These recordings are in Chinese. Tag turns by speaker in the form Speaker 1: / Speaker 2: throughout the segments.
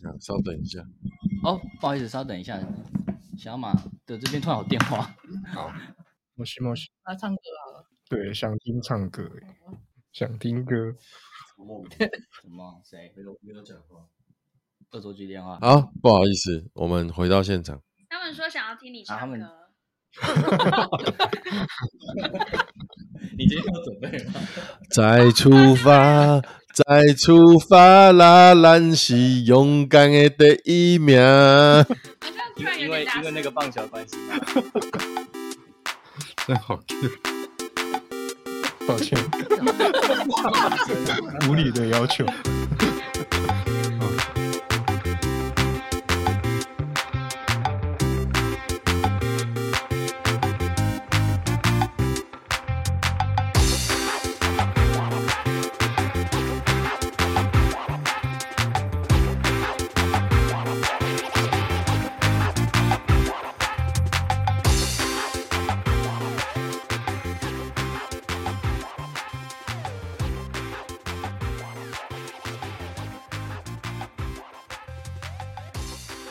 Speaker 1: 下，稍等一下。
Speaker 2: 哦，不好意思，稍等一下，小马的这边突然有电话。
Speaker 1: 好，
Speaker 3: 莫西莫西，
Speaker 4: 他呃唱歌好了。
Speaker 3: 对，想听唱歌欸，想听歌，
Speaker 2: 什么？谁？
Speaker 1: 没有没有讲话。啊
Speaker 2: 恶作剧电话？
Speaker 1: 好，不好意思，我们回到现场。
Speaker 5: 他们说想要听你
Speaker 2: 啊他
Speaker 5: 唱
Speaker 2: 们
Speaker 5: 歌，
Speaker 2: 你今天有准备吗？
Speaker 1: 再出发，再出发啦！咱是勇敢的第一名。
Speaker 5: 刚刚突
Speaker 2: 因
Speaker 5: 然
Speaker 2: 为
Speaker 5: 有
Speaker 2: 因为
Speaker 5: 点大
Speaker 2: 因为
Speaker 5: 声
Speaker 2: 那。个棒球的关系吗？
Speaker 3: 真好 Q。抱歉，无理的要求。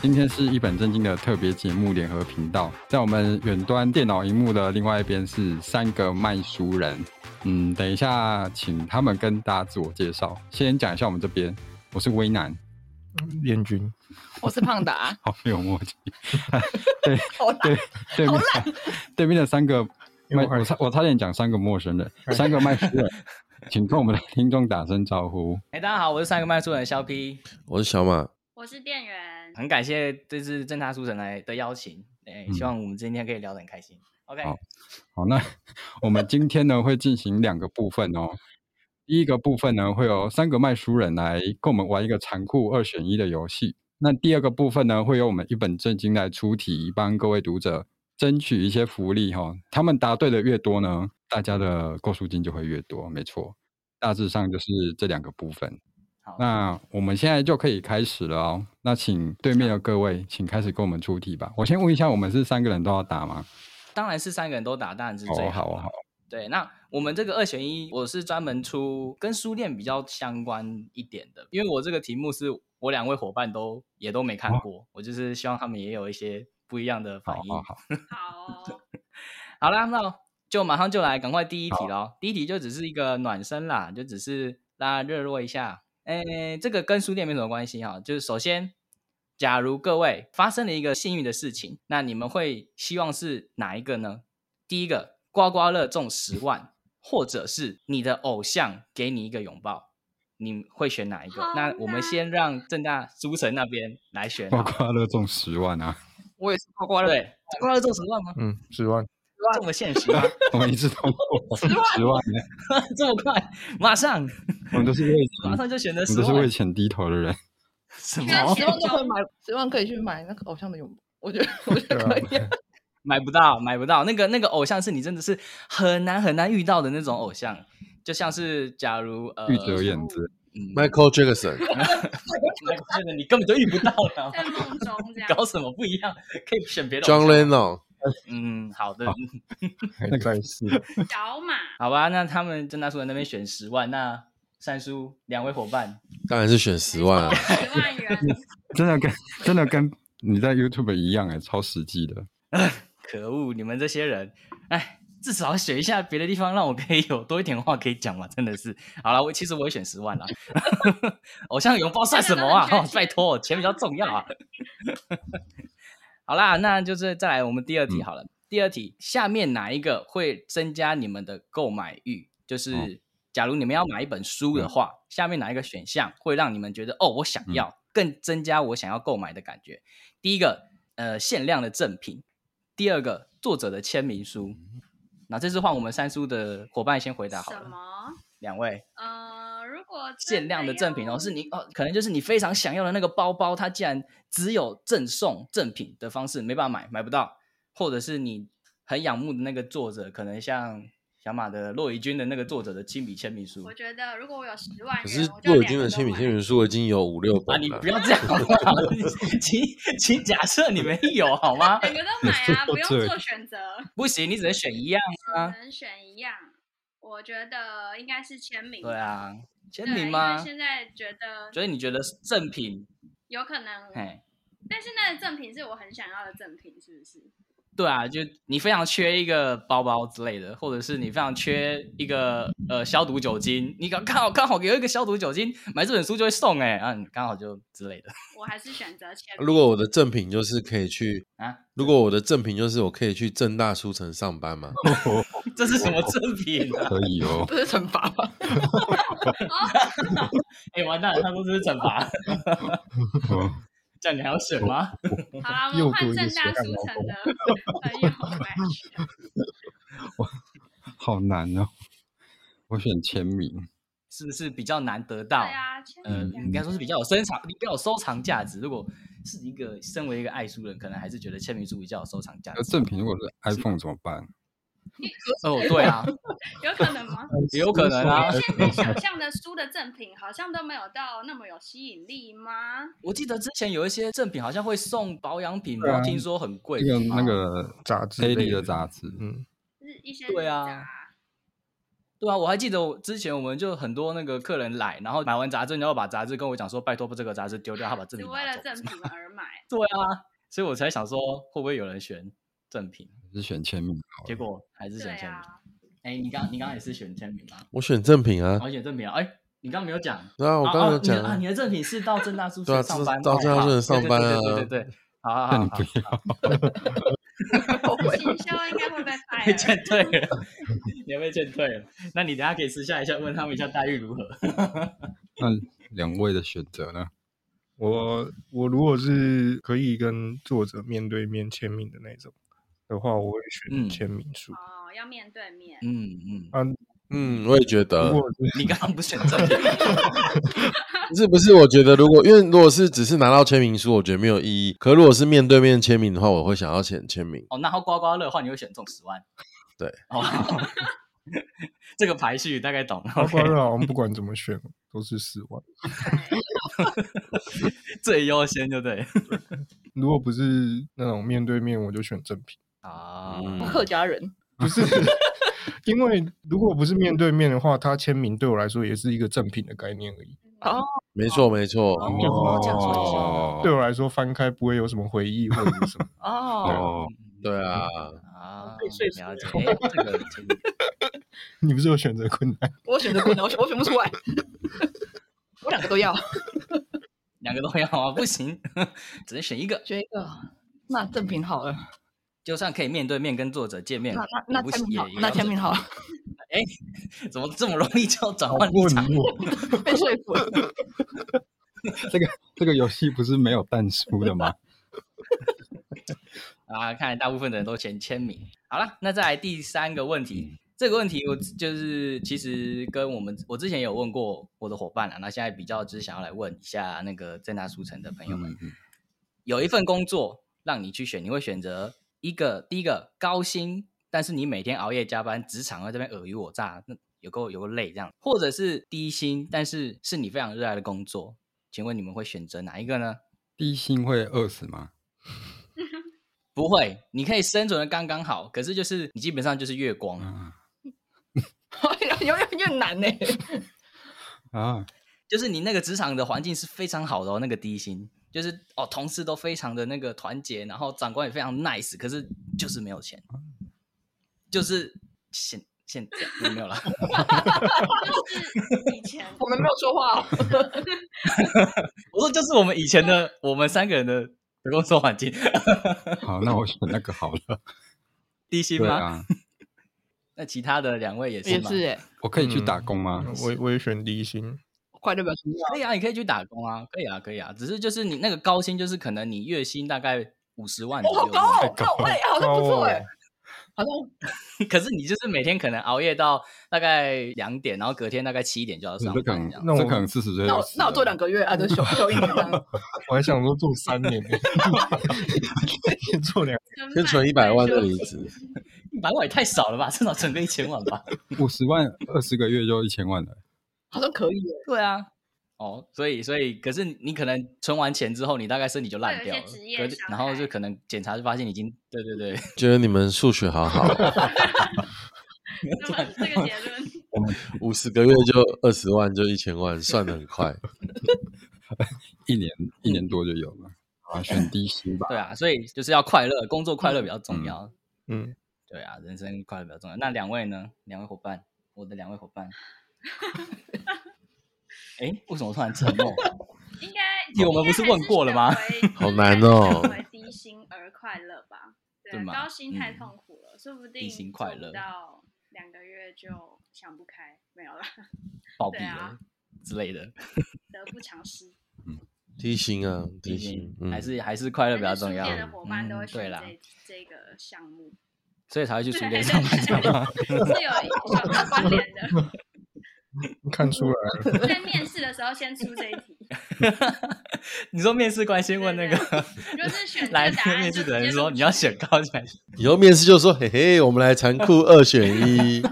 Speaker 6: 今天是一本正经的特别节目联合频道，在我们远端电脑荧幕的另外一边是三个卖书人。嗯，等一下，请他们跟大家自我介绍。先讲一下我们这边，我是威南，
Speaker 3: 燕君，
Speaker 4: 我是胖达，啊
Speaker 6: 好没有默契。对
Speaker 4: 好懒
Speaker 6: 对对面对面的三个
Speaker 3: 因
Speaker 6: 卖，
Speaker 3: 为我
Speaker 6: 我差我差点讲三个陌生人，三个卖书人，请跟我们的听众打声招呼。
Speaker 2: 哎、大家好，我是三个卖书人的肖 P，
Speaker 1: 我是小马，
Speaker 5: 我是店员，
Speaker 2: 很感谢这次正大书城来的邀请，哎、
Speaker 6: 嗯
Speaker 2: 希望我们今天可以聊得很开心。OK，
Speaker 6: 好好，那我们今天呢会进行两个部分哦。第一个部分呢会有三个卖书人来跟我们玩一个残酷二选一的游戏。那第二个部分呢会由我们一本正经来出题，帮各位读者争取一些福利哈、哦。他们答对的越多呢，大家的购书金就会越多，没错。大致上就是这两个部分。
Speaker 2: 好，
Speaker 6: 那我们现在就可以开始了哦。那请对面的各位，请开始跟我们出题吧。我先问一下，我们是三个人都要打吗？
Speaker 2: 当然是三个人都打，当然是
Speaker 6: 好
Speaker 2: 最
Speaker 6: 哦，好哦，
Speaker 2: 啊
Speaker 6: 好哦。
Speaker 2: 对，那我们这个二选一，我是专门出跟书店比较相关一点的，因为我这个题目是我两位伙伴都也都没看
Speaker 6: 哦
Speaker 2: 过，我就是希望他们也有一些不一样的反
Speaker 6: 好
Speaker 2: 应。
Speaker 6: 好好，
Speaker 5: 好 哦，
Speaker 2: 好啦，那就马上就来，赶快第一题喽。第一题就只是一个暖身啦，就只是大家热络一下。诶，这个跟书店没什么关系哈。就是首先，假如各位发生了一个幸运的事情，那你们会希望是哪一个呢？第一个，刮刮乐中十万，或者是你的偶像给你一个拥抱，你会选哪一个
Speaker 5: 好？
Speaker 2: 那我们
Speaker 5: 难
Speaker 2: 先让正大书城那边来选好
Speaker 6: 刮
Speaker 2: 了。
Speaker 6: 刮乐中十万啊！
Speaker 4: 我也是刮刮乐，
Speaker 2: 对，刮刮乐中十万吗？
Speaker 3: 嗯，十万，
Speaker 2: 这么现实吗？
Speaker 6: 我们一致通过
Speaker 4: 十万
Speaker 6: 十万，欸
Speaker 2: 这么快，马上
Speaker 6: 我们都是为钱，
Speaker 2: 马上就选择
Speaker 6: 我们
Speaker 2: 十
Speaker 6: 都是
Speaker 2: 万
Speaker 6: 为，钱低头的人。
Speaker 2: 什
Speaker 5: 居然
Speaker 2: 么
Speaker 5: 选
Speaker 4: 十万都可以买，十万可以去买那个偶像的拥抱。我觉得，我觉
Speaker 3: 对
Speaker 4: 得
Speaker 3: 啊
Speaker 4: 可以。
Speaker 2: 买不到，买不到。那个那个偶像是你真的是很难很难遇到的那种偶像，就像是假如呃，
Speaker 6: 玉折燕子，
Speaker 2: 嗯，麦克
Speaker 1: Michael Jackson。
Speaker 2: 这个你根本就遇不到 了，
Speaker 5: 在梦中这样。
Speaker 2: 搞什么不一样？可以选别的偶
Speaker 1: John
Speaker 2: 像。
Speaker 1: Lennon，
Speaker 2: 嗯，好的，
Speaker 3: 还在世，
Speaker 5: 小马，
Speaker 2: 好吧，那他们正大叔的那边选十万，那三叔两位伙伴，
Speaker 1: 当然是选 十万啊！
Speaker 5: 十 万元，
Speaker 6: 真的跟真的跟你在 YouTube 一样哎、超实际的。
Speaker 2: 可恶，你们这些人，哎。至少选一下别的地方，让我可以有多一点话可以讲嘛，真的是。好了，我其实我也选十万啦。 偶像拥抱算什么啊？
Speaker 5: 真
Speaker 2: 哦
Speaker 5: 的很缺钱
Speaker 2: 拜托，钱比较重要啊。好啦，那就是再来我们第二题好了。第二题，下面哪一个会增加你们的购买欲？就是、
Speaker 6: 哦
Speaker 2: 假如你们要买一本书的话，下面哪一个选项会让你们觉得哦，我想要，更增加我想要购买的感觉？第一个，呃，限量的赠品；第二个，作者的签名书。那这次换我们三叔的伙伴先回答好
Speaker 5: 什
Speaker 2: 了，
Speaker 5: 么？
Speaker 2: 两位。
Speaker 5: 呃，如果真
Speaker 2: 限量的赠品
Speaker 5: 要
Speaker 2: 哦，是你哦，可能就是你非常想要的那个包包，它竟然只有赠送赠品的方式，没办法买，买不到，或者是你很仰慕的那个作者，可能像小马的骆以军的那个作者的亲笔签名书
Speaker 5: 我觉得如果我有十万元，
Speaker 1: 可是
Speaker 5: 我就
Speaker 1: 骆以
Speaker 5: 两个
Speaker 1: 军的
Speaker 5: 都
Speaker 1: 签名
Speaker 5: 买
Speaker 1: 签名书已经有五六
Speaker 2: 啊，
Speaker 1: 本
Speaker 2: 你
Speaker 1: 了
Speaker 2: 不。要这样好不好？ 请请假设你没有好 吗？
Speaker 5: 两个都买 啊，不用
Speaker 6: 对
Speaker 5: 做选 择，
Speaker 2: 不行，你只能选一样啊
Speaker 5: 只能选一样。我觉得应该是签名。
Speaker 2: 对啊，签
Speaker 5: 对，
Speaker 2: 名
Speaker 5: 因为
Speaker 2: 吗？
Speaker 5: 现在觉得
Speaker 2: 所以你觉得赠品
Speaker 5: 有可能。
Speaker 2: 嘿，
Speaker 5: 但是那个赠品是我很想要的赠品，是不是？
Speaker 2: 对啊，就你非常缺一个包包之类的，或者是你非常缺一个呃消毒酒精，你刚刚好刚好有一个消毒酒精，买这本书就会送哎、啊，你刚好就之类的
Speaker 5: 我还是选择铅笔。
Speaker 1: 如果我的赠品就是可以去，
Speaker 2: 啊，
Speaker 1: 如果我的赠品就是我可以去正大书城上班嘛，
Speaker 2: 这是什么赠品 啊？
Speaker 6: 可以哦。
Speaker 4: 这是惩罚吧？
Speaker 2: 哎、完蛋了，他说这是惩罚，这样你还要选吗？
Speaker 5: 好啦，我
Speaker 3: 又
Speaker 5: 们换
Speaker 3: 多一个
Speaker 5: 正
Speaker 3: 血
Speaker 5: 大
Speaker 3: 汗
Speaker 5: 书
Speaker 3: 劳
Speaker 5: 城
Speaker 3: 动
Speaker 5: 的朋友来 选。
Speaker 6: 好难哦。我选签名，
Speaker 2: 是不是比较难得
Speaker 5: 对
Speaker 2: 到？
Speaker 5: 啊，铅笔
Speaker 2: 呃，
Speaker 5: 啊
Speaker 2: 应该说是比较有收藏，比较有收藏价值。如果是一个身为一个爱书人，可能还是觉得签名书比较有收藏价
Speaker 6: 那
Speaker 2: 值。
Speaker 6: 正呃品如果是 iPhone 怎么办？
Speaker 2: 哦，对啊，
Speaker 5: 有可能 吗？
Speaker 2: 也有可能啊。
Speaker 5: 现在想象的书的赠品好像都没有到那么有吸引力吗？
Speaker 2: 我记得之前有一些赠品好像会送保养品，
Speaker 6: 对啊
Speaker 2: 然后听说很贵
Speaker 6: 那个
Speaker 2: 吧。
Speaker 6: 那个
Speaker 3: 杂志
Speaker 6: A
Speaker 3: 类
Speaker 6: 里的杂志，
Speaker 3: 嗯，
Speaker 5: 就是一些
Speaker 2: 对啊
Speaker 5: 理杂
Speaker 2: 对啊，我还记得我之前我们就很多那个客人来，然后买完杂志，然后把杂志跟我讲说，拜托把这个杂志丢掉，他把赠
Speaker 5: 只
Speaker 2: 品
Speaker 5: 为
Speaker 2: 拿
Speaker 5: 了
Speaker 2: 走。
Speaker 5: 赠品而
Speaker 2: 。
Speaker 5: 买
Speaker 2: 对啊，所以我才想说会不会有人选赠品，
Speaker 6: 还是选签名好了。
Speaker 2: 结果还是
Speaker 5: 对
Speaker 2: 选签名。
Speaker 5: 啊，
Speaker 2: 哎、你刚你刚刚也是选签名吗？
Speaker 1: 我选赠品啊
Speaker 2: 我，选赠品啊！哎、你刚刚没有讲。
Speaker 1: 对啊，我刚刚有
Speaker 2: 啊
Speaker 1: 讲
Speaker 2: 啊你的啊，你的赠品是到正大书
Speaker 1: 对啊
Speaker 2: 城上班，
Speaker 1: 这是到正大书城上班啊
Speaker 2: 对对对对对对，好好
Speaker 6: 那
Speaker 2: 好
Speaker 6: 你
Speaker 2: 好
Speaker 6: 不，要，
Speaker 5: 行销应该会
Speaker 2: 被
Speaker 5: 被 fire。
Speaker 2: 劝退了，你要被劝退了。那你等一下可以私下一下问他们一下待遇如何。
Speaker 6: 那两位的选择呢？
Speaker 3: 我我如果是可以跟作者面对面签名的那种的话，我会
Speaker 2: 嗯
Speaker 3: 选签名书。
Speaker 5: 哦，要面对面。
Speaker 2: 嗯 嗯，
Speaker 1: 嗯，我也觉得
Speaker 3: 如，果是
Speaker 2: 你刚刚不选赠品，
Speaker 1: 不是不是，我觉得如果因为如果是只是拿到签名书，我觉得没有意义。可如果是面对面签名的话，我会想要签签名。
Speaker 2: 哦，那他刮刮乐的话，你会选中十万？
Speaker 1: 对，
Speaker 2: 哦， 这个排序大概懂。
Speaker 3: 刮刮
Speaker 2: OK，
Speaker 3: 乐，好像不管怎么选都是四万。
Speaker 5: 对
Speaker 2: 最优先就对。
Speaker 3: 如果不是那种面对面，我就选正品。
Speaker 2: 啊，
Speaker 1: 嗯
Speaker 4: 客家人，
Speaker 3: 不是， 因为如果不是面对面的话，他签名对我来说也是一个正品的概念而已。
Speaker 4: 好，
Speaker 1: 没错没错，
Speaker 4: 哦这样说也行
Speaker 6: 哦
Speaker 3: 对啊我来说，翻开不会有什么回忆或者是 什么。
Speaker 4: 哦，
Speaker 6: 哦，
Speaker 1: 对啊，
Speaker 2: 啊，
Speaker 4: 可以说服
Speaker 2: 了解。
Speaker 4: 我
Speaker 2: 哎，这个签名
Speaker 3: 你不是有选择困难？
Speaker 4: 我选择困难，我选我选不出来， 我两个 都要，
Speaker 2: 两个都要啊，不行， 只能选一个。
Speaker 4: 选一个。那正品好了，
Speaker 2: 就算可以面对面跟作者见面，
Speaker 4: 那那
Speaker 2: 也不
Speaker 4: 那签
Speaker 2: 行
Speaker 4: 名好
Speaker 2: 也，
Speaker 4: 那签名好，
Speaker 2: 怎么这么容易就转
Speaker 3: 好
Speaker 2: 换立场？
Speaker 3: 困惑。
Speaker 4: 被说服了。
Speaker 6: 这个这个游戏不是没有蛋书的吗？
Speaker 2: 啊，看来大部分的人都签签名。好了，那再来第三个问
Speaker 6: 嗯
Speaker 2: 题。这个问题我就是其实跟我们我之前有问过我的伙伴啊，那现在比较只是想要来问一下那个正大书城的朋友们，
Speaker 6: 嗯嗯
Speaker 2: 有一份工作让你去选，你会选择一个第一个高薪，但是你每天熬夜加班，职场在这边尔虞我诈，那有够有够累这样，或者是低薪，但是是你非常热爱的工作，请问你们会选择哪一个呢？
Speaker 6: 低薪会饿死吗？
Speaker 2: 不会，你可以生存的刚刚好，可是就是你基本上就是月光，
Speaker 6: 啊
Speaker 4: 有点越难呢、
Speaker 6: 啊，
Speaker 2: 就是你那个职场的环境是非常好的哦，那个低薪就是哦，同事都非常的那个团结，然后长官也非常 nice，可是就是没有钱，就是现现在没有了，
Speaker 5: 就是以前
Speaker 4: 我们没有说话、哦，
Speaker 2: 我说就是我们以前的我们三个人的的工作环境
Speaker 6: 好，那我选那个好了。
Speaker 2: 低薪
Speaker 6: 对
Speaker 2: 吗？
Speaker 6: 啊，
Speaker 2: 那其他的两位也是
Speaker 4: 也
Speaker 2: 吗？
Speaker 4: 是哎、
Speaker 6: 我可以去打工吗？
Speaker 2: 嗯
Speaker 3: 我我也选低薪，
Speaker 4: 快乐表情包
Speaker 2: 可以啊，你可以去打工啊，可以啊，可以啊，只是就是你那个高薪，就是可能你月薪大概五十万左
Speaker 4: 哇，好
Speaker 2: 右，
Speaker 4: 高哦，高哎、好像不错哎、
Speaker 3: 高哦
Speaker 4: 好像
Speaker 2: 可是你就是每天可能熬夜到大概两点，然后隔天大概七点嗯就要
Speaker 6: 这
Speaker 2: 上
Speaker 6: 可
Speaker 2: 班
Speaker 6: 能
Speaker 2: 这样。
Speaker 3: 那我
Speaker 6: 这可能四十岁
Speaker 4: 那
Speaker 6: 就
Speaker 4: 我
Speaker 6: 死了。
Speaker 4: 那我做两个月 啊，就休休一年这样。
Speaker 3: 我还想说做三年呢， 先做两
Speaker 5: 跟
Speaker 1: 先存
Speaker 5: 买
Speaker 1: 一百万
Speaker 5: 就
Speaker 1: 的离职，
Speaker 2: 一百万也太少了吧？至少存个一千万 吧。
Speaker 6: 五十万，二十个月就一千万了。
Speaker 4: 好像可以耶，
Speaker 2: 对啊，哦，所以所以，可是你可能存完钱之后，你大概身体就烂
Speaker 5: 会有
Speaker 2: 掉
Speaker 5: 一些
Speaker 2: 了
Speaker 5: 职业，
Speaker 2: 隔天
Speaker 5: 伤
Speaker 2: 然后
Speaker 5: 害
Speaker 2: 就可能检查就发现已经对对对，
Speaker 1: 觉得你们数学好好，
Speaker 5: 这 么这个结论，
Speaker 1: 五十个月就二十万就一千万，算的很快。
Speaker 6: 一年一年多就有了。啊，选低薪吧。
Speaker 2: 对啊，所以就是要快乐，工作快乐比较重要。
Speaker 3: 嗯，
Speaker 2: 对啊，人生快乐比较重要。那两位呢？两位伙伴，我的两位伙 伴。哎，为什么突然沉 默？
Speaker 5: 应该
Speaker 2: 我们不是问过了吗？
Speaker 1: 好难哦
Speaker 5: 为低薪而快乐吧？对
Speaker 2: 对
Speaker 5: 啊，
Speaker 2: 吗
Speaker 5: 高薪太
Speaker 2: 嗯
Speaker 5: 痛苦了，说不定
Speaker 2: 低薪快乐
Speaker 5: 做不到两个月就想不开，没有了，
Speaker 2: 暴毙
Speaker 5: 对
Speaker 2: 了
Speaker 5: 啊
Speaker 2: 之类的，
Speaker 5: 得不偿 失。
Speaker 1: 低薪啊，低薪
Speaker 2: 行，，
Speaker 1: 嗯
Speaker 2: 还是还是快乐比较重要
Speaker 5: 但是书店。的伙伴都
Speaker 2: 嗯
Speaker 5: 会
Speaker 2: 对
Speaker 5: 选
Speaker 2: 啦
Speaker 5: 这这个项目，
Speaker 2: 所以才会去
Speaker 5: 就
Speaker 2: 书店上班。
Speaker 5: 是有有有关联的。
Speaker 3: 看出来了，
Speaker 5: 在面试的时候先出这一 题，
Speaker 2: 你说面试官先问那个
Speaker 5: 对你就是选
Speaker 2: 来
Speaker 5: 这个答案
Speaker 2: 面试的
Speaker 5: 就直
Speaker 2: 人
Speaker 5: 接
Speaker 2: 说
Speaker 5: 录
Speaker 2: 你要
Speaker 5: 取
Speaker 2: 选高选，
Speaker 1: 以后面试就说，嘿嘿，我们来残酷二选一。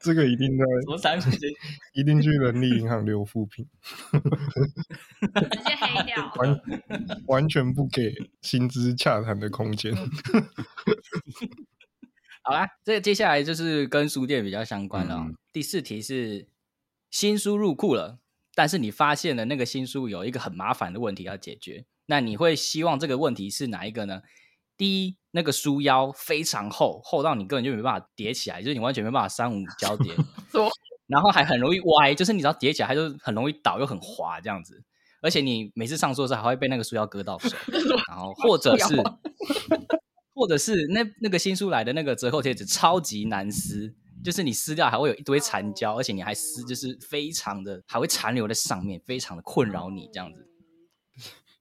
Speaker 3: 这个一定在
Speaker 2: 什么产品先
Speaker 3: 一定去人力银行留副品，
Speaker 5: 直接 黑掉。
Speaker 3: 完完全不给薪资洽谈的空间。
Speaker 2: 好啦，这接下来就是跟书店比较相关了哦、
Speaker 6: 嗯
Speaker 2: 第四题是新书入库了，但是你发现了那个新书有一个很麻烦的问题要解决，那你会希望这个问题是哪一个呢？第一，那个书腰非常厚，厚到你根本就没办法叠起来，就是你完全没办法三五 交叠
Speaker 4: 么，
Speaker 2: 然后还很容易歪，就是你只要叠起来，它就很容易倒又很滑这样子。而且你每次上桌的时候还会被那个书腰割到手，然后或者是或者是那那个新书来的那个折扣贴纸超级难撕，就是你撕掉还会有一堆残胶，而且你还撕就是非常的还会残留在上面，非常的困扰你这样 子。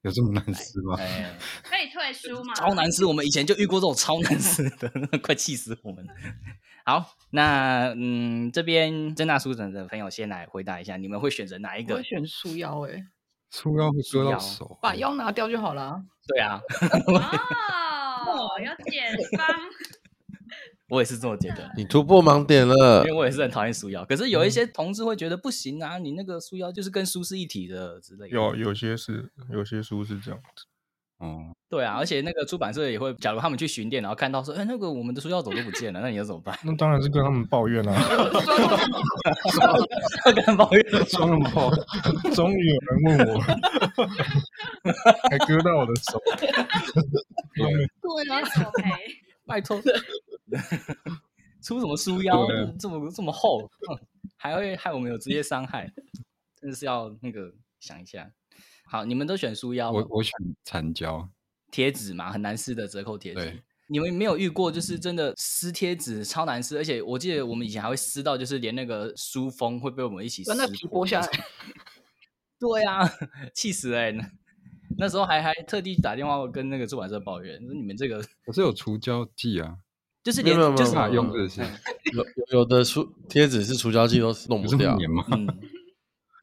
Speaker 6: 有这么难撕吗？
Speaker 2: 哎，
Speaker 5: 嗯可以退书嘛？
Speaker 2: 超难撕，我们以前就遇过这种超难撕的， 快气死我们了。好，那嗯，这边真大书诊的朋友先来回答一下，你们会选择哪一
Speaker 4: 我
Speaker 2: 个
Speaker 4: 会？选束腰哎、
Speaker 6: 粗腰会割
Speaker 2: 腰
Speaker 6: 到手，啊
Speaker 4: 把腰拿掉就好啦。
Speaker 2: 对啊，
Speaker 5: 哦，有解方。
Speaker 2: 我也是这么觉得。
Speaker 1: 你突破盲点了
Speaker 2: 因为，我也是很讨厌束腰，可是有一些同志会觉得不行啊，你那个束腰就是跟书是一体的之类的。
Speaker 3: 有有些是，有些书是这样子。
Speaker 6: 哦，
Speaker 2: 对啊，而且那个出版社也会，假如他们去巡店，然后看到说，哎，那个我们的书腰走都不见了，那你要怎么办？
Speaker 3: 那当然是跟他们抱怨啦、啊
Speaker 2: 要跟他抱怨，
Speaker 3: 双人抱， 终于有人问我，还割到我的手。
Speaker 6: 对，
Speaker 4: 对
Speaker 5: 直接索赔，
Speaker 2: 拜托， 出什么束腰
Speaker 6: 对啊
Speaker 2: 这么这么厚，嗯还会害我们有职业伤害，真的是要那个想一下。好，你们都选束腰吗，
Speaker 6: 我我选残胶，
Speaker 2: 贴纸嘛，很难撕的折扣贴纸
Speaker 6: 对。
Speaker 2: 你们没有遇过，就是真的撕贴纸超难撕，而且我记得我们以前还会撕到，就是连那个书封会被我们一起撕
Speaker 4: 把那皮剥下来。
Speaker 2: 对啊，气死哎、那 那时候还还特地打电话跟那个出版社抱怨，说你们这个
Speaker 6: 我是有除胶剂啊，
Speaker 2: 就是
Speaker 1: 没
Speaker 2: 连
Speaker 1: 有没有
Speaker 2: 就是
Speaker 1: 没
Speaker 6: 啊，
Speaker 1: 有
Speaker 6: 用的是
Speaker 1: 有有有的除贴纸是除胶剂都弄
Speaker 6: 不
Speaker 1: 不
Speaker 6: 是
Speaker 4: 啊
Speaker 1: 掉，
Speaker 6: 棉吗？
Speaker 2: 嗯，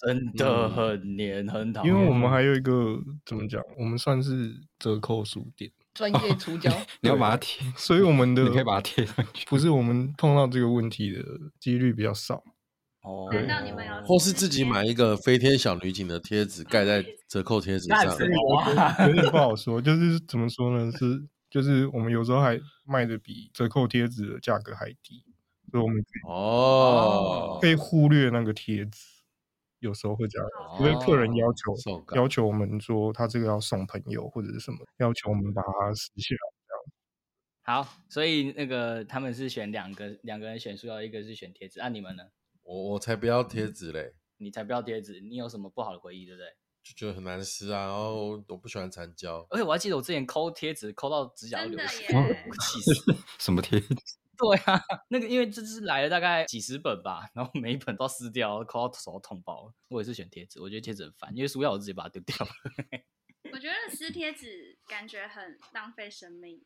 Speaker 2: 真的很黏，很讨厌。
Speaker 3: 因为我们还有一个怎么讲，我们算是折扣书店，
Speaker 4: 专业出胶，
Speaker 6: 你要把它贴，
Speaker 3: 所以我们的
Speaker 4: 啊
Speaker 6: 你可以把它贴上去。
Speaker 3: 不是我们碰到这个问题的几率比较 少。
Speaker 2: 哦，
Speaker 5: 难道你们有
Speaker 1: 或是自己买一个飞天小女警的贴纸盖在折扣贴纸
Speaker 2: 干
Speaker 1: 上
Speaker 2: 什。么啊？
Speaker 3: 有点不好说，就是怎么说呢？是就是我们有时候还卖的比折扣贴纸的价格还低，所以我们
Speaker 1: 哦，
Speaker 3: 可以忽略那个贴纸。有时候会这样，
Speaker 6: 哦
Speaker 5: 哦
Speaker 3: 因为客人要求、
Speaker 1: 手哦感
Speaker 3: 要求我们说他这个要送朋友或者是什么，要求我们把它实现。
Speaker 2: 好，所以那个他们是选两个，两个人选书腰，一个是选贴纸。那、你们呢？
Speaker 1: 我我才不要贴纸嘞，
Speaker 2: 你才不要贴纸，你有什么不好的回忆，对不对？
Speaker 1: 就觉得很难撕啊，然后我不喜欢残胶。
Speaker 2: 而且我还记得我之前抠贴纸抠到指甲都流血，
Speaker 5: 真的耶
Speaker 2: 我气死。
Speaker 6: 什么贴？
Speaker 2: 对啊，那个因为这次来了大概几十本吧，然后每一本都撕掉，抠到手痛爆了。我也是选贴纸，我觉得贴纸很烦，因为书要我自己把它丢掉了。
Speaker 5: 我觉得撕贴纸感觉很浪费生命，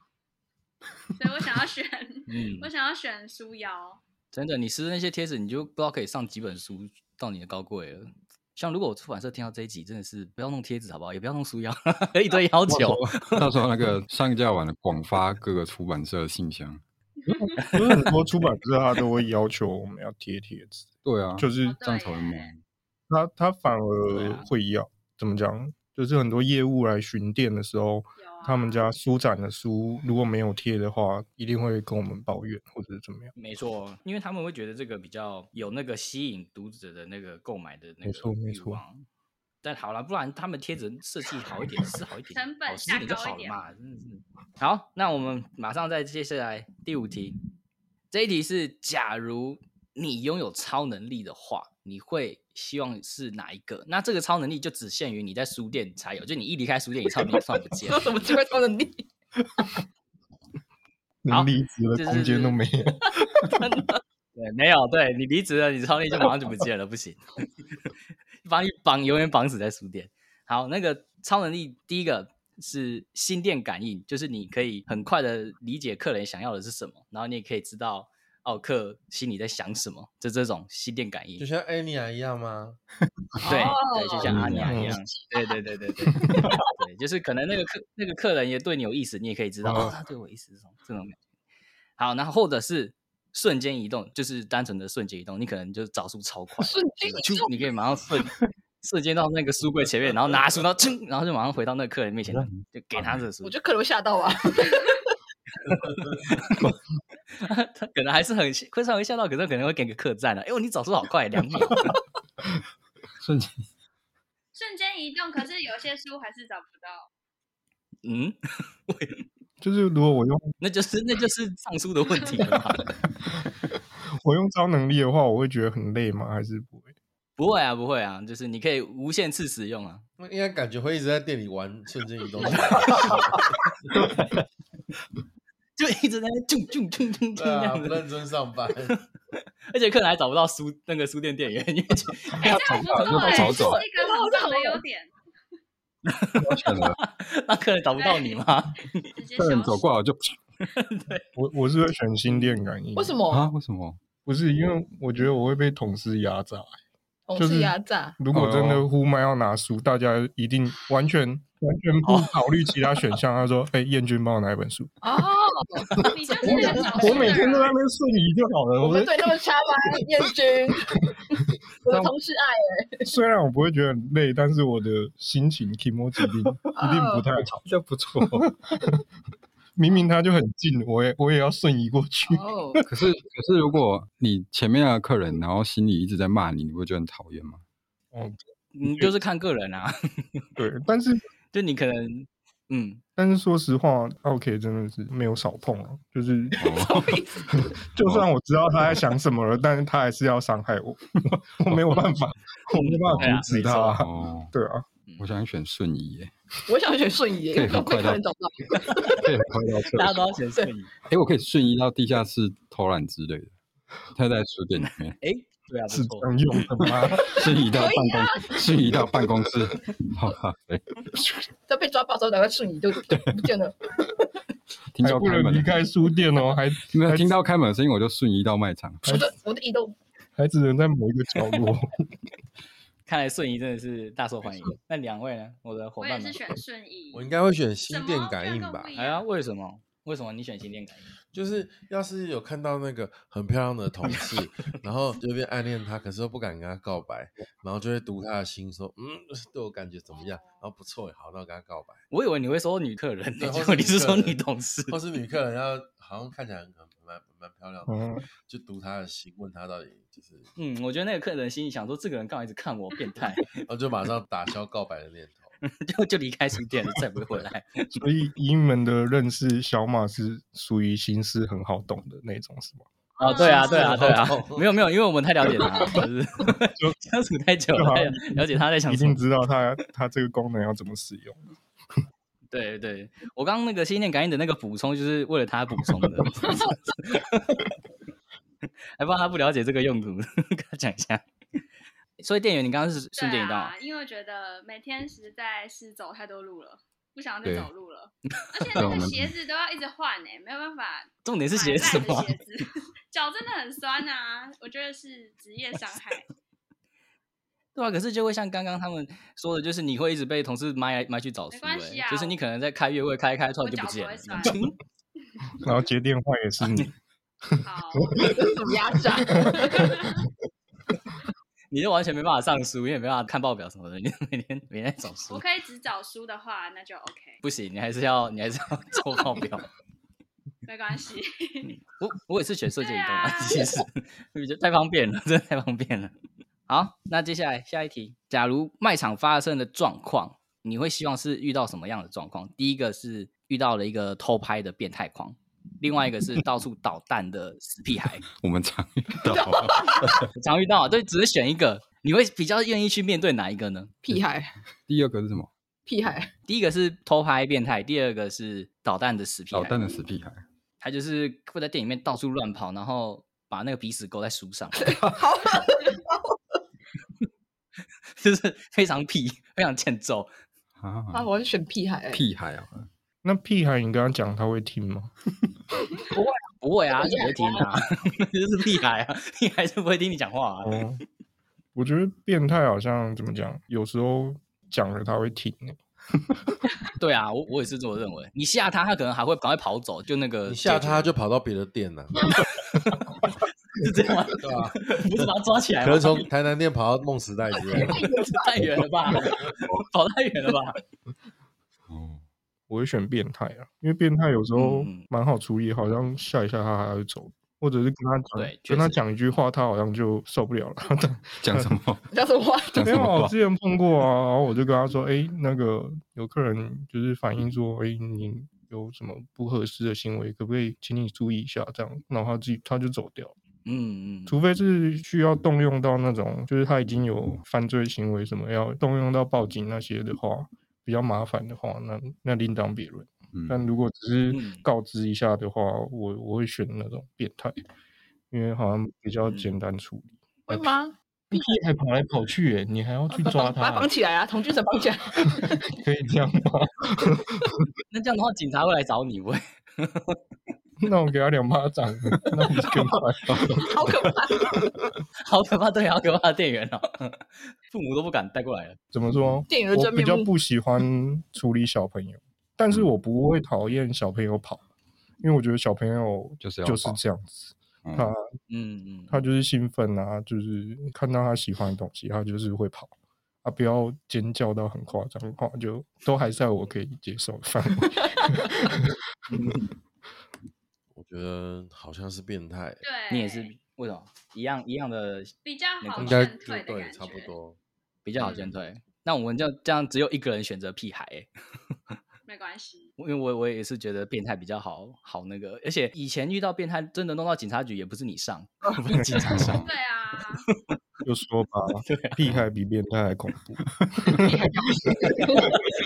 Speaker 5: 所以我想要选，
Speaker 2: 嗯，
Speaker 5: 我想要选书瑶。
Speaker 2: 真的，你撕那些贴纸，你就不知道可以上几本书到你的高柜了。像如果我出版社听到这一集，真的是不要弄贴纸好不好？也不要弄书腰， 一堆要求。
Speaker 6: 到时候那个上架完了，广发各个出版社的信箱。
Speaker 3: 有很多出版社他都会要求我们要贴贴纸，
Speaker 6: 对啊，
Speaker 3: 就是
Speaker 5: 哦
Speaker 6: 这样才会
Speaker 5: 对
Speaker 6: 摸。
Speaker 5: 耶
Speaker 3: 他他反
Speaker 2: 对
Speaker 3: 而
Speaker 2: 啊
Speaker 3: 会要、怎么讲？就是很多业务来巡店的时候，
Speaker 5: 有啊
Speaker 3: 他们家书展的书如果没有贴的话，一定会跟我们抱怨或者是怎么样。
Speaker 2: 没错，因为他们会觉得这个比较有那个吸引读者的那个购买的那
Speaker 3: 没错
Speaker 2: 个
Speaker 3: 没
Speaker 2: 欲
Speaker 3: 错
Speaker 2: 望。但好了，不然他们贴纸设计好一点是好一点，
Speaker 5: 成本
Speaker 2: 好吃
Speaker 5: 下
Speaker 2: 一点就
Speaker 5: 高一
Speaker 2: 好了
Speaker 5: 点
Speaker 2: 嘛，真的是。好，那我们马上再接下来第五题，这一题是：假如你拥有超能力的话，你会希望是哪一个？那这个超能力就只限于你在书店才有，就你一离开书店，你超能力就突然不 见了
Speaker 4: 有 什么机会超能力？
Speaker 2: 好
Speaker 3: 连离职
Speaker 2: 这
Speaker 3: 的空间都没有。
Speaker 2: 对，没有，对你离职了，你超能力就马上就不见了，不行， 把你绑永远绑死在书店。好，那个超能力第一个是心电感应，就是你可以很快的理解客人想要的是什么，然后你也可以知道奥克心里在想什么，就这种心电感应
Speaker 1: 就。像艾尼亚一样吗？
Speaker 2: 对
Speaker 4: 哦
Speaker 2: 对，就像阿尼亚一
Speaker 3: 嗯
Speaker 2: 样，对对对对对，对，就是可能那个客那个客人也对你有意思，你也可以知道哦，他对我有意思这种这种感觉。好，然后或者是瞬间移动，就是单纯的瞬间移动，你可能就是找速超 快，
Speaker 4: 瞬间
Speaker 2: 就
Speaker 4: 移
Speaker 2: 是啾你可以马上瞬瞬间到那个书柜前面，然后拿书，然后噌，然后就马上回到那个客人面前，就给他这个书
Speaker 4: 我。觉得可能会吓到啊。
Speaker 2: 他 可能还是很会稍微笑到，可是可能会给个客栈了、啊，因为你找速好快，两秒。
Speaker 6: 瞬间
Speaker 5: 瞬间移动，可是有些书还是找不到。
Speaker 2: 嗯，
Speaker 3: 就是如果我用
Speaker 2: 那就是那就是上书的问题了嘛。
Speaker 3: 我用超能力的话，我会觉得很累吗？还是不会？
Speaker 2: 不会啊，不会啊，就是你可以无限次使用啊。
Speaker 1: 那应该感觉会一直在店里玩瞬间移动。
Speaker 2: 就一直在那啾啾啾啾啾
Speaker 1: 对
Speaker 2: 这
Speaker 1: 啊，
Speaker 2: 样
Speaker 1: 不
Speaker 2: 子，
Speaker 1: 认真上 班。
Speaker 2: 而且客人还找不到书那个书店店员，因为 就
Speaker 5: 哎，这样不错
Speaker 6: 找到
Speaker 5: 哎，
Speaker 6: 找
Speaker 5: 这
Speaker 6: 走
Speaker 5: 是一个很棒的优点。
Speaker 6: 选了，
Speaker 2: 让客人找不到你嘛。
Speaker 5: 直接
Speaker 6: 客人
Speaker 5: 消
Speaker 6: 走
Speaker 5: 失
Speaker 6: 过来我就
Speaker 3: 我我是会选心电感应。
Speaker 4: 为什？么
Speaker 6: 啊，为什么？
Speaker 3: 不是因为我觉得我会被同事压榨。
Speaker 4: 同
Speaker 3: 就是
Speaker 4: 事压榨？
Speaker 3: 如果真的呼麦要拿书，大家一定完全完全不考虑其他选项。他说：“哎，燕君帮我拿一本书。
Speaker 4: 哦，
Speaker 5: 你就是那个找”
Speaker 3: 我每天都在
Speaker 5: 在
Speaker 3: 那边瞬移就好了。
Speaker 4: 啊我们
Speaker 3: 我
Speaker 4: 对那么差吗？燕君， 我的同事爱
Speaker 3: 虽然我不会觉得很累，但是我的心情 e m o j 一 定一定啊不太
Speaker 4: 哦
Speaker 3: 好。
Speaker 6: 这不 错，
Speaker 3: 明明他就很近，我也我也要瞬移过去。
Speaker 4: 哦，
Speaker 6: 可是可是如果你前面的客人，然后心里一直在骂你，你不会觉得很讨厌吗？
Speaker 3: 哦，
Speaker 2: 你嗯就是看个人啊，
Speaker 3: 对，但是
Speaker 2: 就你可能嗯，
Speaker 3: 但是说实话，OK 真的是没有少碰啊，就是
Speaker 6: 哦，
Speaker 3: 就算我知道他在想什么了，但是他还是要伤害我， 我没有办法，我没办法阻止他啊。
Speaker 6: 哦
Speaker 3: 对啊，
Speaker 6: 我想选瞬移耶，
Speaker 4: 我想选瞬移耶，
Speaker 6: 可以
Speaker 4: 因为
Speaker 6: 很快
Speaker 4: 被
Speaker 6: 到
Speaker 4: 客人找不到。
Speaker 6: 可以很快到
Speaker 2: 大
Speaker 6: 这。
Speaker 2: 家都要选摄影。
Speaker 6: 哎，我可以瞬移到地下室偷懒之类的，他在书店里面
Speaker 2: 哎，对啊，不
Speaker 3: 是
Speaker 2: 错
Speaker 3: 这。样用的吗？
Speaker 6: 瞬移到办公，瞬移到办公室，好吧，哎对，
Speaker 4: 在被抓包之后，赶快瞬移就不见了。
Speaker 6: 听
Speaker 3: 还
Speaker 6: 到
Speaker 3: 不
Speaker 6: 开
Speaker 3: 能
Speaker 6: 门
Speaker 3: 离
Speaker 6: 的，
Speaker 3: 开书店哦，还
Speaker 6: 没有听到开门的声音，我就瞬移到卖场。
Speaker 4: 我的我的移动，
Speaker 3: 还只能在某一个角落。
Speaker 2: 看来瞬移真的是大受欢迎。那两位呢？我的伙
Speaker 5: 我
Speaker 2: 伴啊
Speaker 5: 也
Speaker 2: 们
Speaker 5: 是，啊选瞬移，
Speaker 1: 我应该会选
Speaker 5: 怎
Speaker 1: 心
Speaker 5: 么
Speaker 1: 电
Speaker 5: 这
Speaker 1: 感
Speaker 5: 样
Speaker 1: 应
Speaker 5: 更
Speaker 1: 吧
Speaker 5: 不，一
Speaker 2: 哎呀，
Speaker 5: 样
Speaker 2: 为什么？为什么你选心电感应？
Speaker 1: 就是要是有看到那个很漂亮的同事，然后有点暗恋他，可是又不敢跟他告白，然后就会读他的心，说嗯， 对我感觉怎么样？然后不错耶，好，那我跟他告白。
Speaker 2: 我以为你会说女客人，
Speaker 1: 对
Speaker 2: 结
Speaker 1: 或是
Speaker 2: 果你是
Speaker 1: 女客
Speaker 2: 说
Speaker 1: 人
Speaker 2: 女同事。
Speaker 1: 或是女客人要好像看起来很很蛮蛮漂亮的，
Speaker 3: 嗯，
Speaker 1: 就读他的心，问他到底就是，
Speaker 2: 嗯，我觉得那个客人心里想说，这个人干嘛一直看我，变态，
Speaker 1: 然后就马上打消告白的念头。
Speaker 2: 就就离开书店了，再也不会回来。
Speaker 3: 所以以你们的认识，小马是属于心思很好懂的那种，是吗？哦
Speaker 2: 哦，对啊，对啊，对啊
Speaker 1: 是是是，
Speaker 2: 没有没有，因为我们太了解他 了，就是相处太久
Speaker 3: 就好
Speaker 2: 了，太了了解他在想
Speaker 3: 一
Speaker 2: 什么
Speaker 3: 定。知道他他这个功能要怎么使用。
Speaker 2: 对对，我刚刚那个心电感应的那个补充，就是为了他补充的， 还不知道他不了解这个用途，跟他讲一下。所以店员，你刚刚是瞬间移
Speaker 5: 对
Speaker 2: 动啊
Speaker 5: 啊，，因为我觉得每天实在是走太多路了，不想再
Speaker 6: 对
Speaker 5: 走路 了，而且
Speaker 6: 对
Speaker 5: 那
Speaker 6: 我
Speaker 5: 个
Speaker 6: 们
Speaker 5: 鞋子都要一直换哎，没有办法
Speaker 2: 重点是
Speaker 5: 买
Speaker 2: 写什
Speaker 5: 烂的
Speaker 2: 么？
Speaker 5: 鞋子，脚真的很酸啊！我觉得是职业伤害。
Speaker 2: 对啊，可是就会像刚刚他们说的，就是你会一直被同事埋埋去找
Speaker 5: 没
Speaker 2: 书、
Speaker 5: 关
Speaker 2: 欸，
Speaker 5: 系啊
Speaker 2: 就是你可能在开月会开一开，突然就不见了
Speaker 5: 我脚。不
Speaker 2: 嗯
Speaker 3: 然后接电话也是你，
Speaker 5: 好，
Speaker 4: 这是什么压榨？
Speaker 2: 你就完全没办法上书，因为没办法看报表什么的，你每天每天在找
Speaker 5: 我
Speaker 2: 书。
Speaker 5: 可以只找书的话，那就 OK，
Speaker 2: 不行，你还是要你还是要 做报表。
Speaker 5: 没关系。
Speaker 2: 我我也是选射箭移动啊，
Speaker 5: 对啊
Speaker 2: 其实我觉得太方便了，真的太方便了。好，那接下来下一题，假如卖场发生的状况，你会希望是遇到什么样的状况？第一个是遇到了一个偷拍的变态狂，另外一个是到处捣蛋的死屁孩。
Speaker 6: 我们常遇到
Speaker 2: 常遇到啊，对，只是选一个，你会比较愿意去面对哪一个呢？
Speaker 4: 屁孩，
Speaker 6: 第二个是什么？
Speaker 4: 屁孩，
Speaker 2: 第一个是偷拍变态，第二个是捣蛋的死屁孩。
Speaker 6: 捣蛋的死屁孩，
Speaker 2: 他就是会在店里面到处乱跑，然后把那个鼻屎勾在书上，哦
Speaker 4: 好恶，
Speaker 2: 就是非常屁，非常欠揍。
Speaker 4: 啊，
Speaker 6: 啊，
Speaker 4: 我要选屁孩，
Speaker 6: 屁孩啊！
Speaker 3: 那屁孩，你跟他讲，他会听吗？
Speaker 2: 不会啊，就不会听啊， 就是屁孩啊，屁孩是不会听你讲话啊。
Speaker 3: 哦，我觉得变态好像怎么讲，有时候讲了他会听欸、
Speaker 2: 对啊，我我也是这么认为。你吓他，他可能还会赶快跑走，就那个
Speaker 1: 你吓
Speaker 2: 呃解决
Speaker 1: 他就跑到别的店 了，
Speaker 2: 是这样吗？
Speaker 1: 对吧？
Speaker 2: 不是把他抓起来
Speaker 1: 可
Speaker 2: 吗？
Speaker 1: 能从台南店跑到梦时代之类的。
Speaker 2: 太远了吧，跑太远了吧？
Speaker 6: 哦，
Speaker 3: 我会选变态啊，因为变态有时候
Speaker 2: 嗯嗯
Speaker 3: 蛮好处理，好像吓一吓他还会走，或者是跟他讲，
Speaker 2: 对确
Speaker 3: 跟他
Speaker 2: 实
Speaker 3: 讲一句话，他好像就受不了了。
Speaker 6: 讲什么？
Speaker 4: 叫什么话？
Speaker 6: 讲
Speaker 3: 没
Speaker 6: 什
Speaker 3: 有
Speaker 6: 么
Speaker 3: 啊，我
Speaker 6: 话？
Speaker 3: 之前碰过啊，然后我就跟他说，哎、那个有客人就是反映说，哎、你有什么不合适的行为，可不可以请你注意一下？这样，然后他自己他就走掉了，
Speaker 2: 嗯嗯，
Speaker 3: 除非是需要动用到那种，就是他已经有犯罪行为什么要动用到报警那些的话，比较麻烦的话，那那另当别论。但
Speaker 6: 嗯，
Speaker 3: 如果只
Speaker 2: 嗯
Speaker 3: 是告知一下的话，我我会选那种变态，因为好像比
Speaker 6: 嗯
Speaker 3: 较简单处理。
Speaker 4: 会吗？
Speaker 3: 屁还跑来跑去、欸，你还要去抓
Speaker 4: 把
Speaker 3: 他
Speaker 4: 他绑起来啊，童军绳绑起来，
Speaker 3: 可以这样吗？
Speaker 2: 那这样的话，警察会来找你不会？
Speaker 3: 那我给他两巴掌， 那不是更快？
Speaker 4: 好可怕！
Speaker 2: 好可怕，对，好可怕的店员哦， 父母都不敢带过来了。
Speaker 3: 怎么说？
Speaker 4: 电影的
Speaker 3: 我
Speaker 4: 真
Speaker 3: 比
Speaker 4: 面
Speaker 3: 较
Speaker 4: 目，
Speaker 3: 不喜欢处理小朋友，但是我
Speaker 6: 嗯
Speaker 3: 不会讨厌小朋友跑，因为我觉得小朋友
Speaker 6: 就是要
Speaker 3: 就是
Speaker 6: 跑
Speaker 3: 这样子，
Speaker 6: 嗯
Speaker 3: 他
Speaker 2: 嗯嗯，
Speaker 3: 他就是兴奋啊，就是看到他喜欢的东西，他就是会跑。啊，不要尖叫到很夸张的话，就都还在我可以接受的范围。
Speaker 1: 我觉得好像是变态，
Speaker 5: 对，
Speaker 2: 你也是为什么一样一样的
Speaker 5: 比较
Speaker 2: 那
Speaker 5: 好
Speaker 1: 应该
Speaker 5: 劝
Speaker 1: 就
Speaker 5: 退的
Speaker 1: 对，
Speaker 5: 感觉，
Speaker 1: 差不。多。
Speaker 2: 比较好劝退？那我们就这样，只有一个人选择屁孩、欸，
Speaker 5: 没关系，
Speaker 2: 因为我我也是觉得变态比较好好那个，而且以前遇到变态真的弄到警察局也不是你上，不是警察上，
Speaker 5: 对啊，
Speaker 3: 就说 吧，
Speaker 6: 啊
Speaker 3: 屁孩比变态还恐怖。
Speaker 5: 不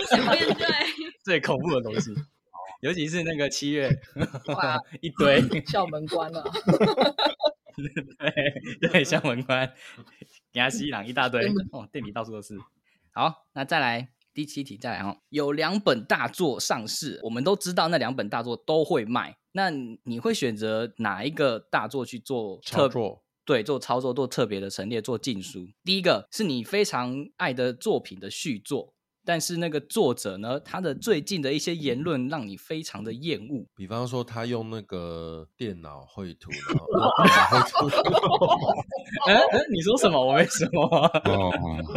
Speaker 5: 想面对。
Speaker 2: 最恐怖的东西，尤其是那个七月
Speaker 4: 哇，
Speaker 2: 一堆，
Speaker 4: 校门关了，
Speaker 2: 对对，像文官、给他吸朗一大堆，哦，店里到处都是。好，那再来第七题，再来哦，有两本大作上市，我们都知道那两本大作都会卖，那你你会选择哪一个大作去做
Speaker 1: 操
Speaker 2: 特
Speaker 1: 作
Speaker 2: 对，做操作做特别的陈列，做禁书。第一个是你非常爱的作品的续作，但是那个作者呢，他的最近的一些言论让你非常的厌恶。
Speaker 1: 比方说他用那个电脑绘图，然后然后绘 图
Speaker 2: 嗯嗯，你说什么？我没说。
Speaker 6: 哦，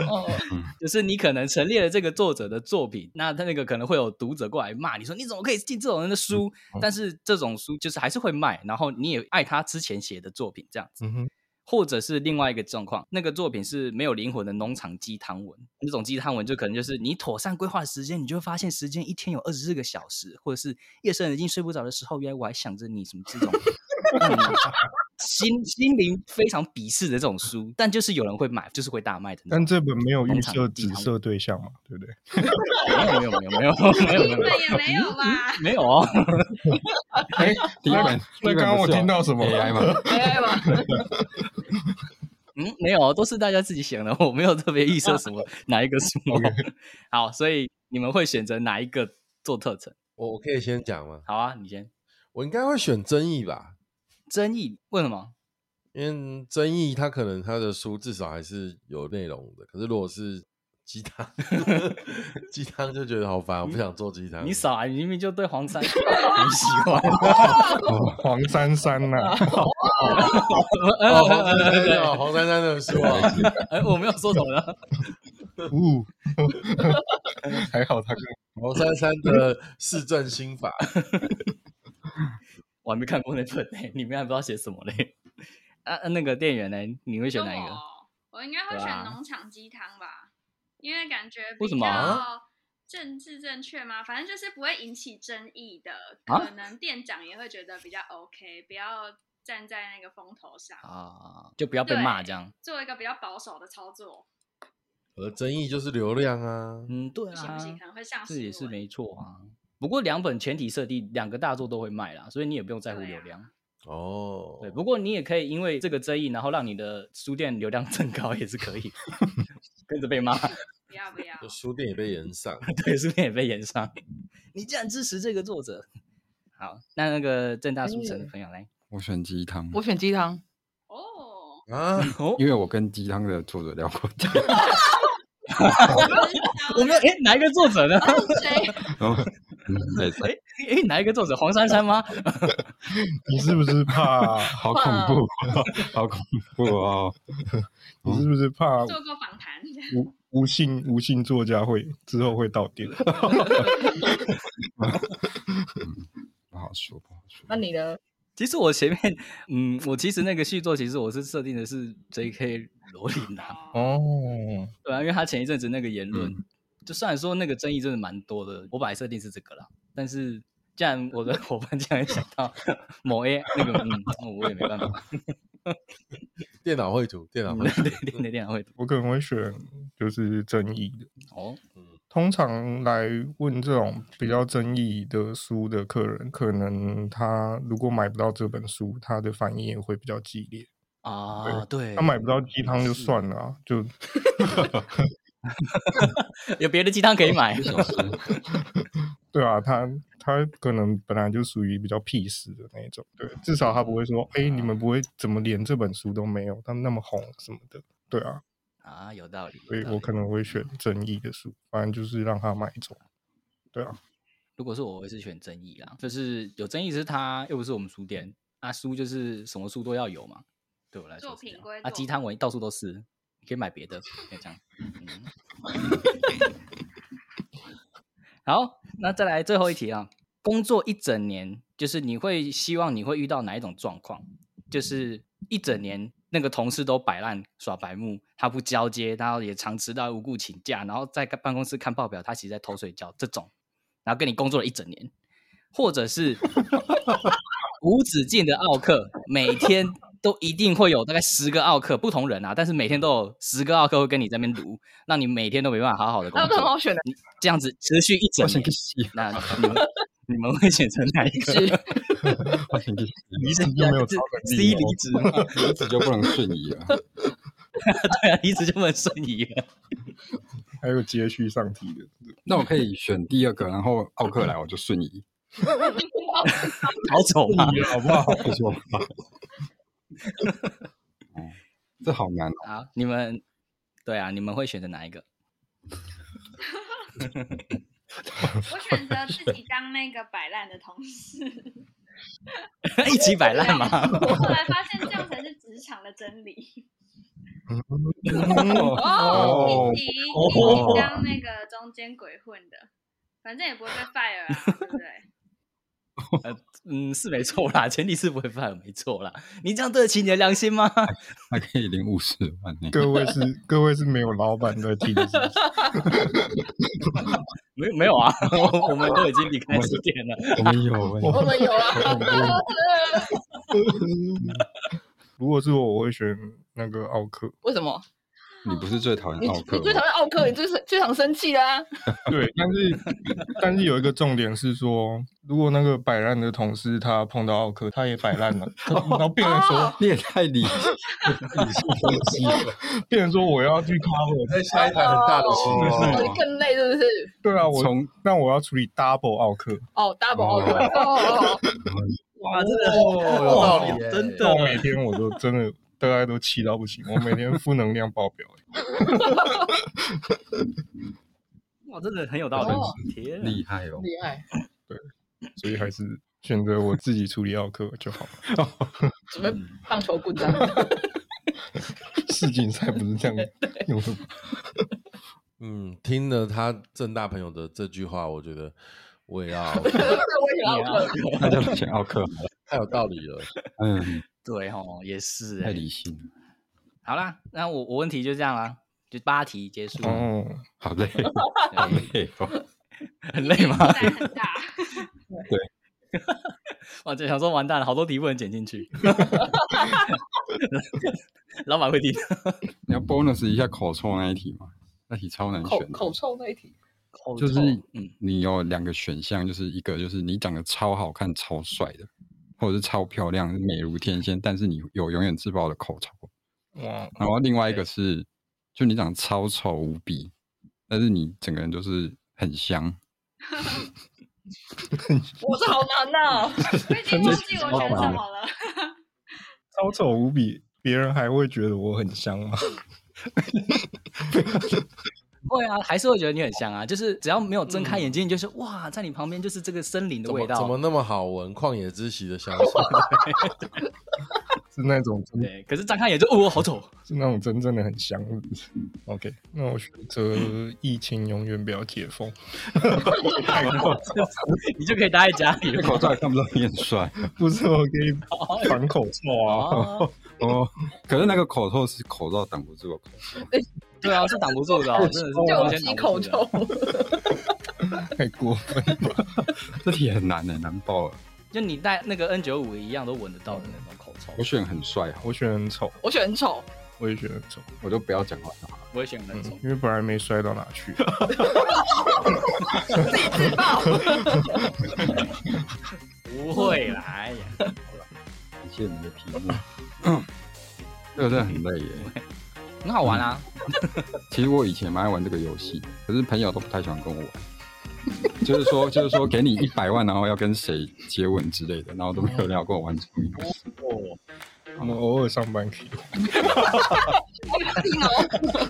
Speaker 4: 哦，
Speaker 2: 就是你可能陈列了这个作者的作品，那他那个可能会有读者过来骂你说你怎么可以进这种
Speaker 3: 嗯
Speaker 2: 人的书？但是这种书就是还是会卖，然后你也爱他之前写的作品这样子。
Speaker 3: 嗯哼，
Speaker 2: 或者是另外一个状况，那个作品是没有灵魂的农场鸡汤文。那种鸡汤文就可能就是你妥善规划时间，你就会发现时间一天有二十四个小时，或者是夜深人静睡不着的时候，原来我还想着你什么这种让你心心灵非常鄙视的这种书，但就是有人会买，就是会大卖的那种。
Speaker 3: 但这本没有预
Speaker 2: 农场
Speaker 3: 设
Speaker 2: 鸡
Speaker 3: 紫
Speaker 2: 汤
Speaker 3: 色对象嘛，对 不对？
Speaker 2: 没有没有没有 没有没有没有
Speaker 5: 那也没有吧？
Speaker 2: 没有哦，
Speaker 6: 第一本，第一
Speaker 3: 那
Speaker 6: 本
Speaker 3: 刚刚
Speaker 6: 不
Speaker 3: 我
Speaker 6: 是有
Speaker 3: 听到什么
Speaker 6: AI 吗？
Speaker 4: 哎嘛，
Speaker 2: 嗯，没有哦，都是大家自己想的，我没有特别预设什 么哪一个书哦。 好，所以你们会选择哪一个做特产？
Speaker 1: 我我可以先讲吗？
Speaker 2: 好啊，你先。
Speaker 1: 我应该会选争议吧，
Speaker 2: 争议为什么？
Speaker 1: 因为争议他可能他的书至少还是有内容的，可是如果是鸡汤， 鸡汤就觉得好烦，我不想做鸡汤。
Speaker 5: 嗯
Speaker 2: 你少啊！你明明就对黄 山很喜欢。
Speaker 3: 黄珊珊啊呐、
Speaker 1: 哦，黄
Speaker 2: 呃
Speaker 1: 珊珊的黄珊珊的书啊，
Speaker 2: 呃我没有说什么呢。
Speaker 3: 呜，还好他跟
Speaker 1: 黄珊珊的市政心法，
Speaker 2: 我还没
Speaker 5: 哦
Speaker 2: 看过那本呢、里面还不知道写什么嘞。啊，那个店员呢？你会选哪一个？
Speaker 5: 我我应该会
Speaker 2: 对
Speaker 5: 选
Speaker 2: 啊
Speaker 5: 农场鸡汤吧，因为感觉
Speaker 2: 为
Speaker 5: 比
Speaker 2: 什么啊
Speaker 5: 较政治正确吗？反正就是不会引起争议的，
Speaker 2: 啊
Speaker 5: 可能店长也会觉得比较 OK，不要站在那个风头上，
Speaker 2: 啊，就不要被骂
Speaker 5: 对
Speaker 2: 这样。
Speaker 5: 做一个比较保守的操作，
Speaker 1: 我的争议就是流量啊，
Speaker 2: 嗯，对
Speaker 5: 不行
Speaker 2: 啊
Speaker 5: 不，行，可能会上
Speaker 2: 这
Speaker 5: 新
Speaker 2: 也是
Speaker 5: 闻。
Speaker 2: 没错啊。不过两本前提设定，两个大作都会卖啦，所以你也不用在乎
Speaker 5: 对
Speaker 2: 流
Speaker 5: 啊
Speaker 2: 量。
Speaker 1: 哦，
Speaker 2: 对，不过你也可以因为这个争议，然后让你的书店流量增高也是可 以，跟着被骂，
Speaker 5: 不要不要，
Speaker 1: 就书店也被延上，
Speaker 2: 对，书店也被延上。 你竟然支持这个作者，好，那那个正大书城的朋友来，
Speaker 6: 我选鸡汤，
Speaker 4: 我选鸡汤，
Speaker 5: 哦，
Speaker 1: 啊，
Speaker 2: 哦，
Speaker 6: 因为我跟鸡汤的作者聊过天，
Speaker 2: 我们哎哪一个作者呢？
Speaker 5: 谁
Speaker 6: 然后嗯对，
Speaker 2: 哎哪一个作者？黄珊珊吗？
Speaker 3: 你是不是怕？
Speaker 6: 好恐怖，好恐怖哦！
Speaker 3: 你是不是怕
Speaker 5: 做过访 谈？
Speaker 3: 无无性无性作家会之后会到店？
Speaker 6: 不好说，不好说。
Speaker 4: 那你呢？
Speaker 2: 其实我前面，嗯，我其实那个续作，其实我是设定的是 J.K. 罗琳啊的、
Speaker 5: 哦，
Speaker 3: 哦，
Speaker 2: 对啊，因为他前一阵子那个言论，
Speaker 6: 嗯
Speaker 2: 就虽然说那个争议真的蛮多的，我本来设定是这个啦，但是既然我的 伙伴竟然想到某 A 那个，嗯，我也没 办法，
Speaker 1: 电脑绘图，电脑
Speaker 3: 嗯
Speaker 1: 绘图
Speaker 2: 对，对对，电脑会
Speaker 3: 我可能会选就是争议的。
Speaker 2: 哦，
Speaker 3: 通常来问这种比较争议的书的客人，可能他如果买不到这本书，他的反应也会比较激烈。
Speaker 2: 啊，对
Speaker 3: 他，买不到鸡汤就算了、啊，就
Speaker 2: 有别的鸡汤可以买，
Speaker 6: 小时
Speaker 3: 对啊，他他可能本来就属于比较屁事的那一种，对，至少他不会说，哎、你们不会怎么连这本书都没有，他们那么红什么的，对啊，
Speaker 2: 啊，有道理，
Speaker 3: 所
Speaker 2: 有
Speaker 3: 以
Speaker 2: 道
Speaker 3: 我
Speaker 2: 理
Speaker 3: 可能会选争议的书，反正就是让他买走，对啊，
Speaker 2: 如果是我，我会是选争议啦，就是有争议是他又不是我们书店，啊，书就是什么书都要有嘛，对我来说是
Speaker 5: 作
Speaker 2: 这
Speaker 5: 品
Speaker 2: 样
Speaker 5: 归
Speaker 2: 啊，
Speaker 5: 作
Speaker 2: 鸡汤我到处都是，你可以买别的，可以这样。嗯好，那再来最后一题啊，工作一整年，就是你会希望你会遇到哪一种状况？就是一整年那个同事都摆烂耍白目，他不交接，然后也常迟到、无故请假，然后在办公室看报表，他其实在偷睡觉这种，然后跟你工作了一整年，或者是无止境的奥克，每天都一定会有大概十个奥克，不同人啊，但是每天都有十个奥克会跟你在那边读，让你每天都没办法好好的工
Speaker 4: 那很
Speaker 2: 作，
Speaker 4: 好选的，
Speaker 2: 你这样子持续一整
Speaker 6: 我先
Speaker 2: 年
Speaker 6: 去，洗，
Speaker 2: 那你们你们会选择哪一个？
Speaker 6: 我先去洗，
Speaker 3: 离职就没有
Speaker 2: 是
Speaker 3: 超能
Speaker 2: C
Speaker 3: 力
Speaker 2: 离职 吗？
Speaker 6: 一直哦就不能瞬移了。
Speaker 2: 对啊，离职就不能瞬移了。
Speaker 3: 还有接续上题的，
Speaker 6: 那我可以选第二个，然后奥克来我就瞬移，
Speaker 2: 好丑啊嘛！
Speaker 6: 好不好？不错 吧？哦，这好难哦。
Speaker 2: 啊，你们对啊，你们会选择哪一个？
Speaker 5: 我选择自己当那个摆烂的同事。
Speaker 2: 一起摆烂嘛？
Speaker 5: 我后来发现这样才是职场的真理。
Speaker 6: 哦
Speaker 5: 一级一级当那个中间鬼混的，反正也不会被 fire 啊，对不对？
Speaker 2: 嗯，是没错啦，前提是不会犯，没错啦。你这样对得起你的良心吗？
Speaker 6: 还可以领五十万 呢。
Speaker 3: 各位是各位是没有老板在听的是不是，
Speaker 2: 没有没有啊， 我我们都已经离开书店了。
Speaker 6: 我们有
Speaker 4: 我们有啊，
Speaker 3: 如果是我，我会选那个奥克，
Speaker 4: 为什么？
Speaker 6: 你不是最讨
Speaker 4: 你
Speaker 6: 厌奥克
Speaker 4: 你最
Speaker 6: 吗
Speaker 4: 讨？厌奥克，你最最常生气啊啦、
Speaker 3: 对，但是 但是有一个重点是说，如果那个摆烂的同事他碰到奥克，他也摆烂了，他然后变成
Speaker 4: 啊
Speaker 3: 说，
Speaker 6: 你也太理性分析了。
Speaker 3: 变成说我要去 cover，
Speaker 1: 在下一台很大的新闻，
Speaker 4: 哦， 你更累是不是？
Speaker 3: 对啊，我
Speaker 6: 从
Speaker 3: 那我要处理 double 奥克，
Speaker 4: 哦，double 奥克，哦哦哦，
Speaker 2: 哇，真的
Speaker 1: 哦，有道理耶，
Speaker 2: 真
Speaker 3: 那我每
Speaker 2: 的，
Speaker 3: 天我都真的大家都气到不行，我每天负能量爆表、
Speaker 2: 哇，真的很有道
Speaker 4: 哦
Speaker 2: 理。天啊，
Speaker 6: 厉害哦！
Speaker 4: 厉害，
Speaker 3: 所以还是选择我自己处理奥克就好了。
Speaker 4: 准备棒球棍这啊样。
Speaker 3: 世锦赛不是这样用的，
Speaker 1: 嗯，听了他正大朋友的这句话，我觉得我 也要，
Speaker 4: 我也
Speaker 2: 你
Speaker 4: 要
Speaker 2: 啊
Speaker 4: 克，
Speaker 6: 那就选奥克好了。
Speaker 1: 太有道理了。
Speaker 6: 嗯，
Speaker 2: 对哦，也是
Speaker 6: 太
Speaker 2: 哎。
Speaker 6: 理性了。
Speaker 2: 好啦，那我我问题就这样啦，就八题结束。
Speaker 3: 哦，
Speaker 6: 好累，好
Speaker 2: 对
Speaker 6: 累哦。
Speaker 2: 很累吗？
Speaker 5: 负担很大，
Speaker 2: 我就想说完蛋了，好多题不能剪进去。 老板会听。
Speaker 6: 你要 bonus 一下口臭那一题吗？那题超难
Speaker 4: 口
Speaker 6: 选的，
Speaker 4: 口臭那一题，
Speaker 6: 就是
Speaker 2: 嗯，
Speaker 6: 你有两个选项，就是一个就是你长得超好看、超帅的，或者是超漂亮、美如天仙，但是你有永远自爆的口臭。
Speaker 3: 哇，
Speaker 6: 然后另外一个是，就你长得超丑无比，但是你整个人就是很香。
Speaker 4: 我这好难啊呐、
Speaker 5: 我已经忘记我选什么了。
Speaker 3: 超丑无比，别人还会觉得我很香吗？
Speaker 2: 会啊，嗯还是会觉得你很香啊。就是只要没有睁开眼睛，你就是哇，在你旁边就是这个森林的
Speaker 1: 怎
Speaker 2: 味
Speaker 1: 么
Speaker 2: 道。
Speaker 1: 怎么那么好闻？旷野之息的香 水，
Speaker 3: 是那种真
Speaker 2: 对，可是张开眼就哦，好 丑。
Speaker 3: 是那种真正的很香。是不是 OK，那我选择疫情永远不要解封。
Speaker 2: 你就可以待在家里
Speaker 6: 这
Speaker 2: 了。
Speaker 6: 口罩也看不到 你很帅
Speaker 3: 不是我可以防口臭啊。
Speaker 2: 哦，
Speaker 6: 哦，可是那个口臭是口罩挡不住的口臭。
Speaker 2: 对啊，是挡不住的哦，真的是
Speaker 1: 啊
Speaker 4: 就
Speaker 2: 完
Speaker 4: 有
Speaker 2: 全
Speaker 4: 几
Speaker 2: 挡
Speaker 4: 口
Speaker 2: 不住的。
Speaker 4: 臭，
Speaker 3: 太过分，
Speaker 6: 这题很难的、欸难爆了。
Speaker 2: 就你戴那个 N 九五一样都闻得到的那种口臭
Speaker 1: 嗯
Speaker 6: 我。选很帅啊，
Speaker 3: 我选很丑，
Speaker 4: 我选丑，
Speaker 3: 我也选很丑，
Speaker 6: 我就不要讲话就好。
Speaker 2: 我也选很
Speaker 3: 嗯
Speaker 2: 丑，，
Speaker 3: 因为本来没摔到哪去。
Speaker 1: 嗯
Speaker 2: 不会啦，哎呀，
Speaker 6: 感谢你的题目， 这个真的很累耶。
Speaker 2: 很好玩啊。
Speaker 6: 其实我以前蛮爱玩这个游戏，可是朋友都不太喜欢跟我玩。 就是说，就是说，给你一百万，然后要跟谁接吻之类的，然后都没有人要跟我玩这种游戏。
Speaker 3: 我们偶尔上班可以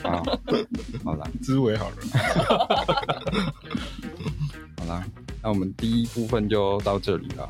Speaker 3: 玩，
Speaker 6: 啊，好啦，
Speaker 3: 滋味好了。
Speaker 6: 好啦，那我们第一部分就到这里了。